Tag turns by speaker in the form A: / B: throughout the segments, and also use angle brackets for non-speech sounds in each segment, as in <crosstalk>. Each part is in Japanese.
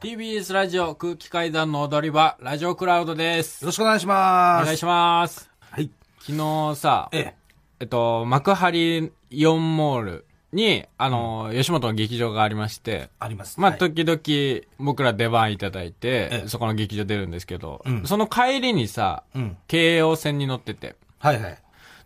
A: TBS ラジオ空気階段の踊り場、ラジオクラウドです。
B: よろしくお願いします。
A: お願いします。
B: はい。
A: 昨日さ、
B: ええ。
A: えっと、幕張イオンモールに、あの、吉本の劇場がありまして、
B: あります。
A: まあ、
B: はい
A: 時々僕ら出番いただいて
B: え、え
A: そこの劇場出るんですけど、
B: うん
A: その帰りにさ、
B: うん。
A: 京王線に乗ってて、
B: はいはい。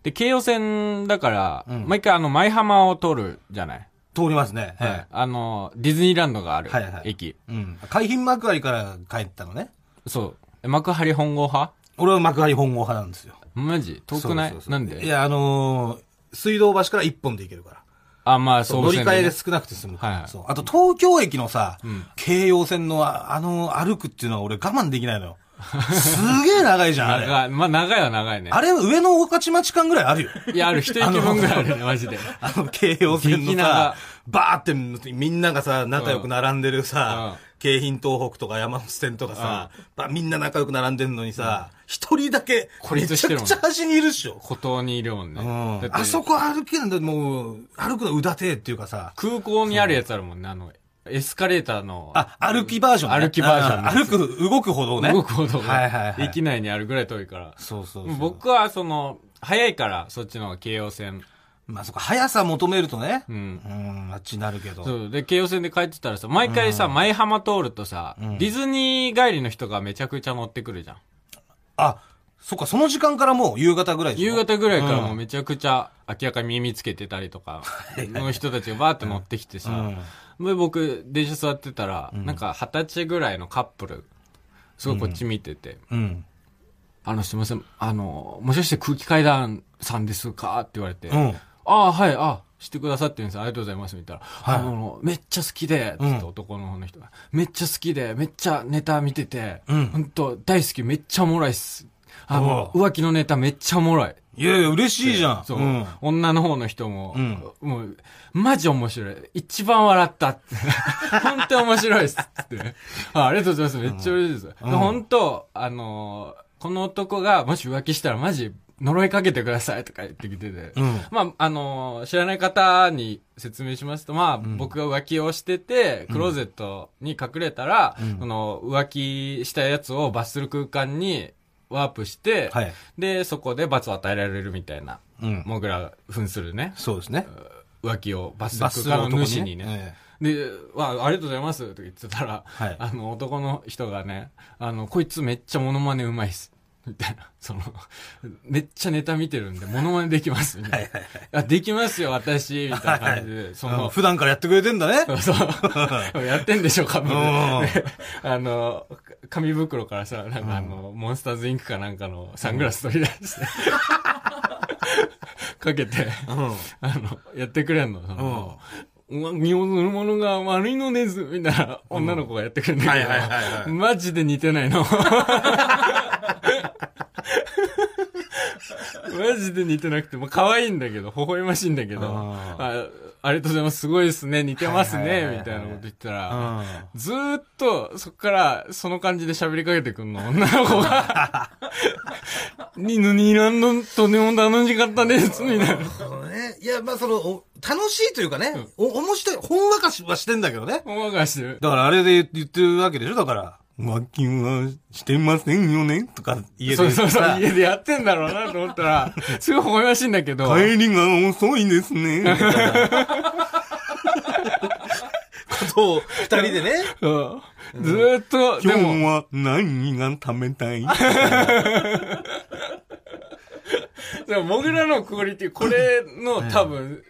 A: で、京王線だから、
B: うん
A: 毎回あの、舞浜を通るじゃない、
B: 通りますね。は
A: あの、ディズニーランドがある、
B: はいはい
A: 駅。
B: い。うん。海浜幕張から帰ったのね。
A: そう。え幕張本郷派
B: 俺は幕張本郷派なんですよ。
A: マジ遠くない
B: そうそうそう
A: なんで
B: いや、あのー水道橋から一本で行けるから。
A: あ、まあ、
B: そう、
A: 総武
B: 乗り
A: 線
B: 換え
A: ね
B: で少なくて済むから。
A: はいはい
B: そう。あと東京駅のさ、
A: ん
B: 京葉線のああの、歩くっていうのは俺我慢できないのよ。すげえ長いじゃん、あれ。
A: 長い。まあ、長いは長いね。
B: あれ、上の御徒町間ぐらいあるよ。
A: いや、ある、一駅分ぐらいあるね、マジで。
B: <laughs> あの、京葉線の
A: 激
B: さ
A: 長、
B: バーってみんながさ、仲良く並んでる
A: う
B: さ
A: ん、
B: 京浜東北とか山手線とかさ、ばみんな仲良く並んでんのにさ、一人だけ、
A: 孤
B: め
A: 立して
B: ちゃ
A: るも
B: く
A: ん
B: ちゃ端にいるっしょ。
A: 孤島にいるもんね。
B: うん
A: だって
B: あそこ歩けんだ、もう、歩くのうだてえっていうかさ、
A: 空港にあるやつあるもんね、あの、エスカレーターの。
B: あ、歩きバージョンね。
A: 歩きバージョン
B: あ歩く、動く歩道ね。
A: 動くほど。
B: はいはいはい。
A: 駅内にあるぐらい遠いから。
B: そうそうそう。
A: 僕は、その、早いから、そっちの京王線。
B: まあそこ、速さ求めるとね
A: う。ん。
B: うん、あっちになるけど。
A: そう。で、京王線で帰ってたらさ、毎回さ、舞浜通るとさ、デ
B: ん
A: ィズニー帰りの人がめちゃくちゃ乗ってくるじゃん。
B: あ、そっか、その時間からもう夕方ぐらいでしょ
A: 夕方ぐらいからもう
B: うん
A: めちゃくちゃ明らかに耳つけてたりとか、の人たちがバーって乗ってきて
B: う
A: さ
B: ん、
A: で僕電車座ってたら、なんか二十歳ぐらいのカップル、すごいこっち見てて、
B: うん。
A: あのすいません、あの、もしかして空気階段さんですかって言われて、
B: うん。
A: ああ、はい、ああ、してくださってるんです。ありがとうございます。みたいな。
B: い
A: あの、めっちゃ好きで、つって
B: うん
A: 男の方の人が、めっちゃ好きで、めっちゃネタ見てて、
B: うん
A: ほんと、大好き、めっちゃおもろいっす。あの、
B: お
A: 浮気のネタめっちゃおもろい。
B: いやいや、嬉しいじゃん。
A: そう、
B: ん
A: 女の方の人も、
B: うん
A: もう、マジ面白い。一番笑った <laughs> って。本当に面白いっす。つって。あありがとうございます。めっちゃ嬉しいです。
B: うん
A: で本当、あのーこの男がもし浮気したらマジ呪いかけてくださいとか言ってきてて。
B: うん。
A: まあ、あのー知らない方に説明しますと、まあ、
B: ん
A: 僕が浮気をしてて、クローゼットに隠れたら、
B: うん
A: その、浮気したやつを罰する空間にワープして、
B: はい。
A: で、そこで罰を与えられるみたいな、
B: うん。
A: モグラ扮するね、
B: そうですね。
A: 浮気を罰す
B: バス
A: る
B: の
A: 空間
B: 男
A: の
B: に
A: 主
B: ね
A: にね。
B: え
A: で、わあ、ありがとうございますとか言ってたら、
B: はい
A: あの、男の人がね、あの、こいつめっちゃモノマネうまいっす。みたいな。その、めっちゃネタ見てるんで、モノマネできます。みたいな。あ、できますよ、私。みたいな感じで、
B: え
A: そ
B: うん
A: の、
B: 普段からやってくれてんだね。
A: そう。やってんでしょ、カブ。
B: うん
A: であの、紙袋からさ、なんかあの、モンスターズインクかなんかのサングラス取り出して、かけて、
B: <laughs> う
A: あの、やってくれんの。そのうわ、身を塗るものが悪いのです、みたいな女の子がやってくれんだ
B: うんはいはいはいは
A: け
B: い
A: ど、マジで似て
B: <laughs>
A: ないの。マジで似てなくて、もう可愛いんだけど、微笑ましいんだけど、
B: あ
A: あありがとうございます、すごいですね、似てます
B: はいはいはいは
A: ね、
B: い
A: みたいなこと言った
B: ん。
A: ら、
B: うん。
A: ずーっと、そっから、その感じで喋りかけてくんの、女の子が。
B: <laughs>
A: に、ぬにらんの、とても楽しかったです、みたいな。
B: ね、いや、まあ、その、お楽しいというかね、お、面白い、ほんわかしはしてんだけどね。
A: おまかしてる。
B: だからあれで言ってるわけでしょだから、浮気はしてませんよねとか、家で
A: そうそうそう、
B: さ
A: 家でやってんだろうなと思ったら、すごい微笑ましいんだけど、
B: 帰りが遅いんですね。みたいなことを、二人 <laughs> でね。
A: そうずーっと、でも、
B: は何が食べたい
A: でも、モグラのクオリティ、これの多分、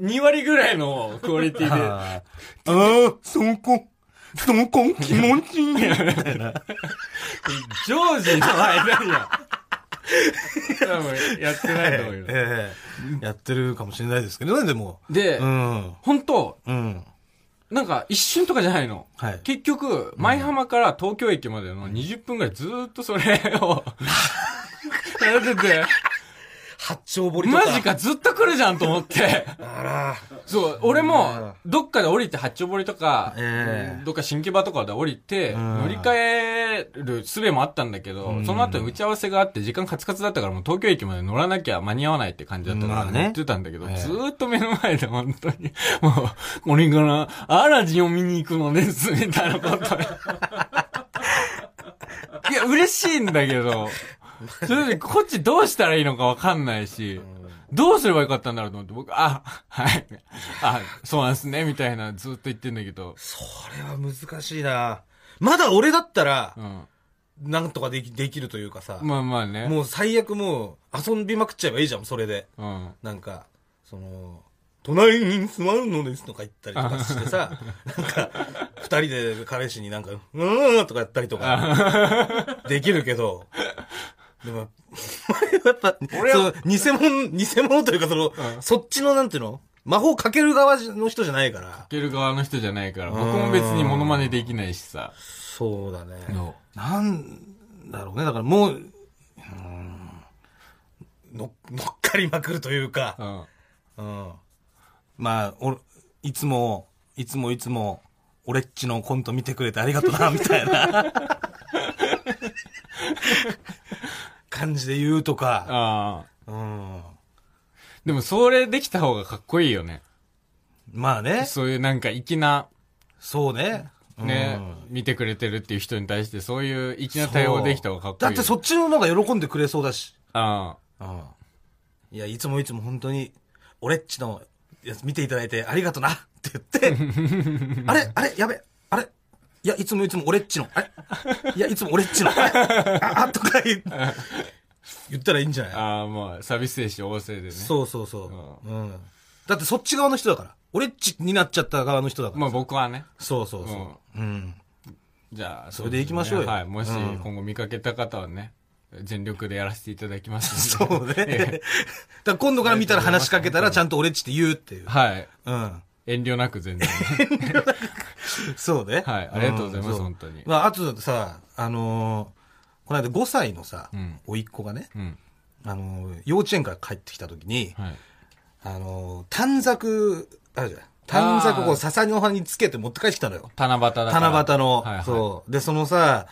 A: 2割ぐらいのクオリティで、
B: ああ、そこ、そこ気持ちいい。
A: ジョージの間には、多分やってないと思うよ。
B: ええやってるかもしれないですけどね、でも。
A: で、
B: うん。
A: 本当
B: うん。
A: なんか一瞬とかじゃないの。
B: はい。
A: 結局、舞浜から東京駅までの20分ぐらいずーっとそれを、やってて、
B: 八丁堀とか。
A: マジか、ずっと来るじゃんと思って。
B: あら。
A: そう、俺も、どっかで降りて、八丁堀とか、
B: ええ
A: どっか新木場とかで降りて、
B: うん
A: 乗り換える術もあったんだけど、
B: うん
A: その後に打ち合わせがあって、時間カツカツだったから、もう東京駅まで乗らなきゃ間に合わないって感じだったか
B: ま
A: ら、
B: あね
A: 乗ってたんだけど、
B: ええ
A: ずーっと目の前で本当に、 <laughs> もう、これから、アラジンを見に行くのです、 <laughs> みたいなこと。いや、嬉しいんだけど、それで、こっちどうしたらいいのかわかんないし、どうすればよかったんだろうと思って、僕、あ、はい、あ、そうなんすね、みたいな、ずっと言ってんだけど、
B: それは難しいな。まだ俺だったら
A: う、ん。
B: なんとかできできるというかさ、
A: まあまあね。
B: もう最悪もう、遊びまくっちゃえばいいじゃん、それで。
A: うん。
B: なんか、その、隣に座るのですとか言ったりとかしてさ、なんか、二人で彼氏になんか、うーんとかやったりとか、できるけど、でも、お前はやっぱ、
A: 俺は
B: その、偽物、偽物というか、そ
A: う
B: の、
A: ん
B: そっちの、なんていうの魔法かける側の人じゃないから
A: か。ける側の人じゃないから、僕も別にモノマネできないしさ。
B: そうだね。
A: の
B: なんだろうね。だからもう、うーんの乗っかりまくるというか
A: う、ん。
B: うん。まあ、お、いつも、いつもいつも、俺っちのコント見てくれてありがとう
A: <laughs>
B: な、みたいな。感じで言うとか。
A: ああ。
B: うん。
A: でもそれできた方がかっこいいよね。
B: まあね。
A: そういうなんか粋な、
B: そうね。
A: ね
B: うん、
A: 見てくれてるっていう人に対してそういう粋な対応できた方がかっこいい。
B: だってそっちの方が喜んでくれそうだし。
A: あ
B: うん。いや、いつもいつも本当に、俺っちのやつ見ていただいてありがとなって言って、
A: <laughs>
B: あれあれやべあれいや、いつもいつも俺っちの、あれいや、いつも俺っちの、あれあ、あとか言う言ったらいいんじゃ
A: あ。
B: ない
A: ああ、もうサービス精神旺盛でね。
B: そうそうそう。うん。だってそっち側の人だから。俺っちになっちゃった側の人だから。
A: まあ僕はね。
B: そうそうそう。うん。
A: じゃあ、
B: それで行きましょうよ
A: はい。もし
B: うん
A: 今後見かけた方はね、全力でやらせていただきます
B: <laughs> そ
A: ので。
B: うね。
A: え
B: だか
A: え
B: ら今度から見たら話しかけたらちゃんと俺っちって言うっていう。
A: はい。
B: うん。
A: 遠慮なく全然。
B: <laughs> そうね。
A: はいありがとうございます
B: んそ
A: 本当に
B: まあ、あとさ、あのーこの間5歳のさ、
A: うん
B: 甥っ子がね、
A: うん。
B: あのー幼稚園から帰ってきた時に、
A: はい。
B: あのー短冊、あるじゃん。短冊をこう笹の葉につけて持って帰ってきたのよ。
A: 七夕だから。
B: 七夕の、
A: はいはい
B: そう。で、そのさ、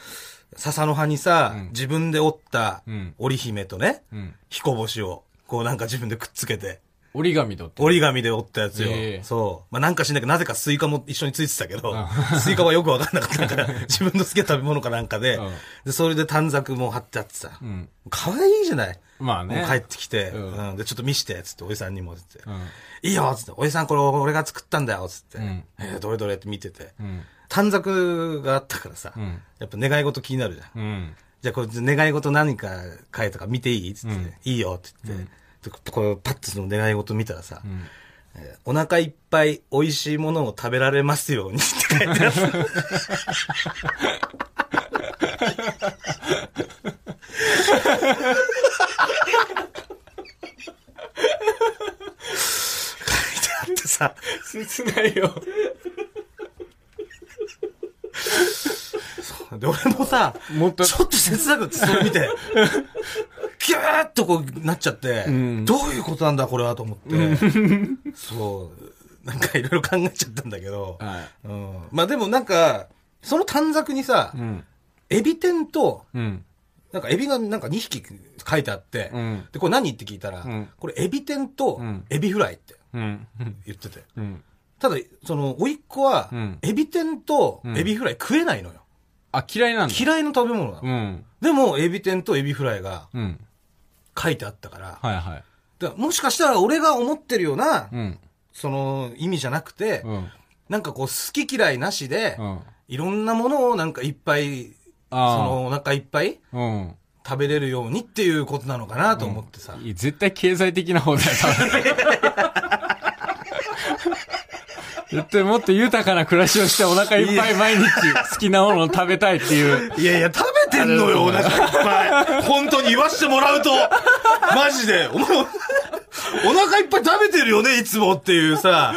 B: 笹の葉にさ、
A: うん
B: 自分で折った
A: うん
B: 織姫とね、
A: うん。
B: 彦星を、こうなんか自分でくっつけて、
A: 折り紙だって。
B: 折り紙で折ったやつよ。
A: ええ
B: そう。まあ、なんかしないけど、なぜかスイカも一緒についてたけど
A: あ、
B: <laughs> スイカはよくわかんなかった
A: <laughs>
B: から、自分の好きな食べ物かなんかで
A: うん、
B: で、それで短冊も貼ってあってさ
A: う、ん。
B: 可愛いじゃない。
A: まあ
B: も
A: ね。
B: う帰ってきて、
A: うん
B: うんで、ちょっと見して、つって、おじさんにも、つって
A: う、ん。
B: いいよ、つって、おじさんこれ俺が作ったんだよ、つって
A: うん、
B: えーどれどれって見てて
A: う、ん。
B: 短冊があったからさ
A: うん、
B: やっぱ願い事気になるじゃん。
A: うん。
B: じゃあこれ願い事何か書いたか見ていいっつって、
A: うん
B: いいよって言って、でこれパッとその願い事見たらさ、
A: ん
B: えーお腹いっぱい美味しいものを食べられますようにって書いてある。書いてあってさ、
A: 切ないよ。
B: で、俺もさ、
A: もっと
B: ちょっと切なくなって、それ見て、ギューッとこうなっちゃって、
A: ん
B: どういうことなんだこれはと思って、そう、なんかいろいろ考えちゃったんだけど、
A: は
B: うん、まあでもなんか、その短冊にさ
A: い。、うん。
B: エビ天と、
A: うん。
B: なんかエビがなんか2匹書いてあって、
A: うん
B: で、これ何って聞いたら、
A: うん
B: これエビ天と
A: うん
B: エビフライって
A: うん。
B: 言ってて。
A: うん。
B: ただ、その、甥っ子は
A: うん、
B: エビ天と
A: うん
B: エビフライ食えないのよ。
A: あ、嫌いなんだ。
B: 嫌いの食べ物な
A: う
B: の。
A: ん。
B: でも、エビ天とエビフライが
A: うん。
B: 書いてあったから、
A: はいはい。
B: だからもしかしたら俺が思ってるような、
A: うん。
B: その意味じゃなくて、
A: うん。
B: なんかこう好き嫌いなしで、
A: うん。
B: いろんなものをなんかいっぱい、そ
A: あ
B: のお腹いっぱい
A: あ。うん。
B: 食べれるようにっていうことなのかなと思ってさ。
A: いや絶対経済的な方だよ、多分
B: <laughs>
A: 絶対もっと豊かな暮らしをしてお腹いっぱい毎日好きなものを食べたいっていう。
B: いやいや、食べてんのよ、お腹いっぱい。本当に言わしてもらうと。マジで。お前、お腹いっぱい食べてるよね、いつもっていうさ。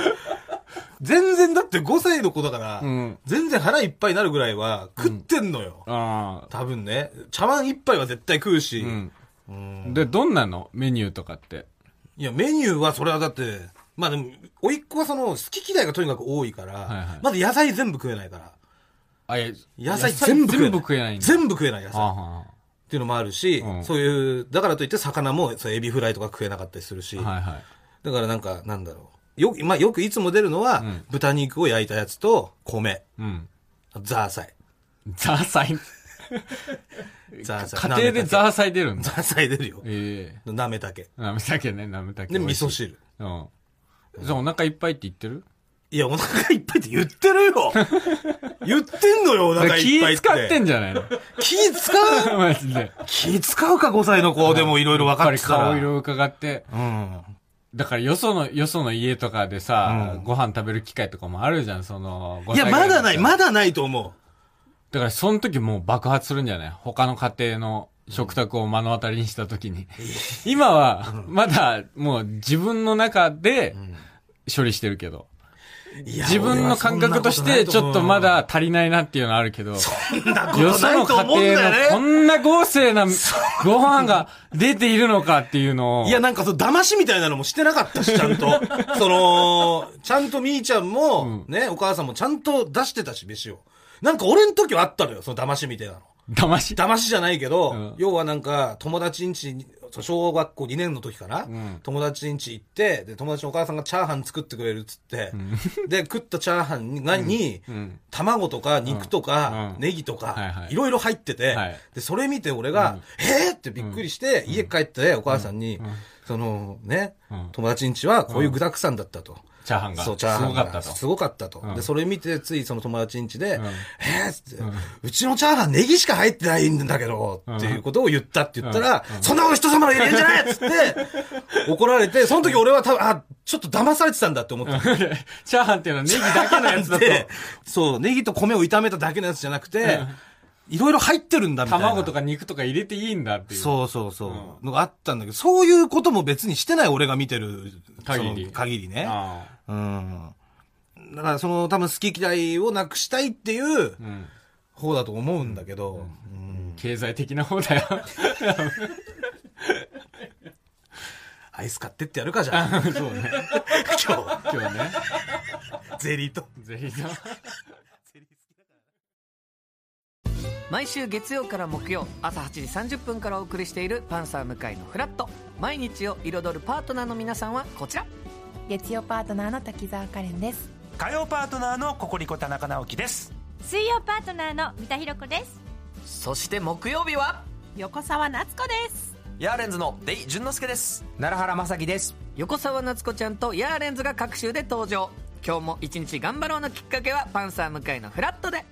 B: 全然だって5歳の子だから、
A: うん
B: 全然腹いっぱいになるぐらいは食ってんのよ。
A: ああ。
B: 多分ね、茶碗一杯は絶対食うし、
A: うん
B: うん
A: で、どんなのメニューとかって。
B: いや、メニューはそれはだって、まあでも、おいっ子はその、好き嫌いがとにかく多いから、
A: はいはい
B: まず野菜全部食えないから。
A: あ、いや
B: 野菜全部食えない。
A: 全部食えないんだ。
B: 全部食えない野
A: は
B: 菜。
A: あ
B: っ
A: は
B: ていうのもあるし、
A: うん
B: そういう、だからといって魚も、そうエビフライとか食えなかったりするし、
A: あはいはい。
B: だからなんか、なんだろう。よく、まあよくいつも出るのは、
A: ん
B: 豚肉を焼いたやつと、米、
A: うん。
B: ザーサイ。
A: ザーサイ。
B: ザーサイ。
A: 家庭でザ
B: ー
A: ーサイ出るんだ
B: ザ。ーサイ出るよ。
A: ええ
B: なめたけ。
A: なめたけね、なめたけ。
B: で、
A: 美
B: 味
A: 味しい
B: 噌。汁。
A: うん。じゃあお腹いっぱいって言ってる
B: いや、お腹いっぱいって言ってる
A: <laughs>
B: よ言ってんのよ、お腹いっぱい
A: 気
B: って。
A: 使ってんじゃないの <laughs>
B: 気使う
A: マジで。
B: 気使うか、5歳の子。でもいろいろ分
A: やっ
B: か
A: ぱ
B: っ
A: り
B: てたら。
A: 顔色伺って。
B: うん。
A: だからよその、よその家とかでさ、
B: うん
A: ご飯食べる機会とかもあるじゃん、その、
B: いや、まだない、
A: だ
B: まだないと思
A: からその時もう爆発するんじゃない他の家庭の食卓を目の当たりにした時に。今は、まだもう自分の中で
B: う。
A: 処理してるけど。
B: いや
A: 自分の感覚として、ちょっとま。だ足りないなっていうのはあるけど。
B: 俺は
A: よ
B: そん
A: そ
B: な
A: の
B: ことないと思う
A: 家
B: よそんなことないと思うんだ
A: 庭のこんな豪勢
B: よね。
A: なご飯が出ているのかっていうのを。
B: いや、なんかそう、騙しみたいなのもしてなかったし、ちゃ
A: <laughs>
B: んと。その、ちゃんとみーちゃんも、ね、お母さんもちゃんと出してたし、飯を。なんか俺の時はあったのよ、その騙しみたいなの。
A: 騙し。
B: 騙しじゃないけど、
A: うん
B: 要はなんか、友達ん家に、そう小学校2年の時かな、
A: ん
B: 友達ん家行って、で、友達のお母さんがチャーハン作ってくれるっつって、で、食ったチャーハンに、に
A: うん。
B: 卵とか肉とか、
A: うん
B: ネギとか、
A: はい
B: い
A: はい
B: ろいろ入ってて、
A: はい
B: で、それ見て俺が、えーってびっくりして、家帰ってお母さんに、そのね、
A: うん
B: 友達ん家はこういう具沢山だったと。
A: チャーハンが。
B: そう、チャーハン
A: すごかった
B: が
A: と。
B: すごかったと。
A: うん
B: で、それ見て、ついその友達ん家で、
A: うん
B: えーっつって、うちのチャーハンネギしか入ってないんだけど、
A: うん
B: っていうことを言ったって言ったら、そんなこと人様の入れるんじゃないっつって、怒られて、その時俺は多分、あ、ちょっと騙されてたんだって思っ
A: <laughs>
B: た。
A: チャーハンっていうのはネギだけのやつだと。
B: <laughs> でそう、ネギと米を炒めただけのやつじゃなくて、いろいろ入ってるんだみたいな。
A: 卵とか肉とか入れていいんだっていう。
B: そうそうそう。のがあったんだけど、そういうことも別にしてない俺が見てる
A: 限り
B: その限りね。
A: あ
B: うん。だからその多分好き嫌いをなくしたいっていう
A: あ。うん。
B: 方だと思うんだけど、うん
A: 経済的な方だよ。
B: アイス買ってってやるかじゃん。
A: <laughs> そうね。
B: <laughs> 今日は
A: 今日ね。
B: ゼリーと。
A: ぜひとも。
C: 毎週月曜から木曜朝8時30分からお送りしている「パンサー向井のフラット」毎日を彩るパートナーの皆さんはこちら
D: 月曜パートナーの滝沢カレンです
E: 火曜パートナーのココリコ田中直樹です
F: 水曜パートナーの三田寛子です
C: そして木曜日は
F: 横澤夏子です
G: ヤーレンズのデイ淳之介です
E: 奈良原まさきです
C: 横澤夏子ちゃんとヤーレンズが各週で登場今日も一日頑張ろうのきっかけは「パンサー向井のフラットで」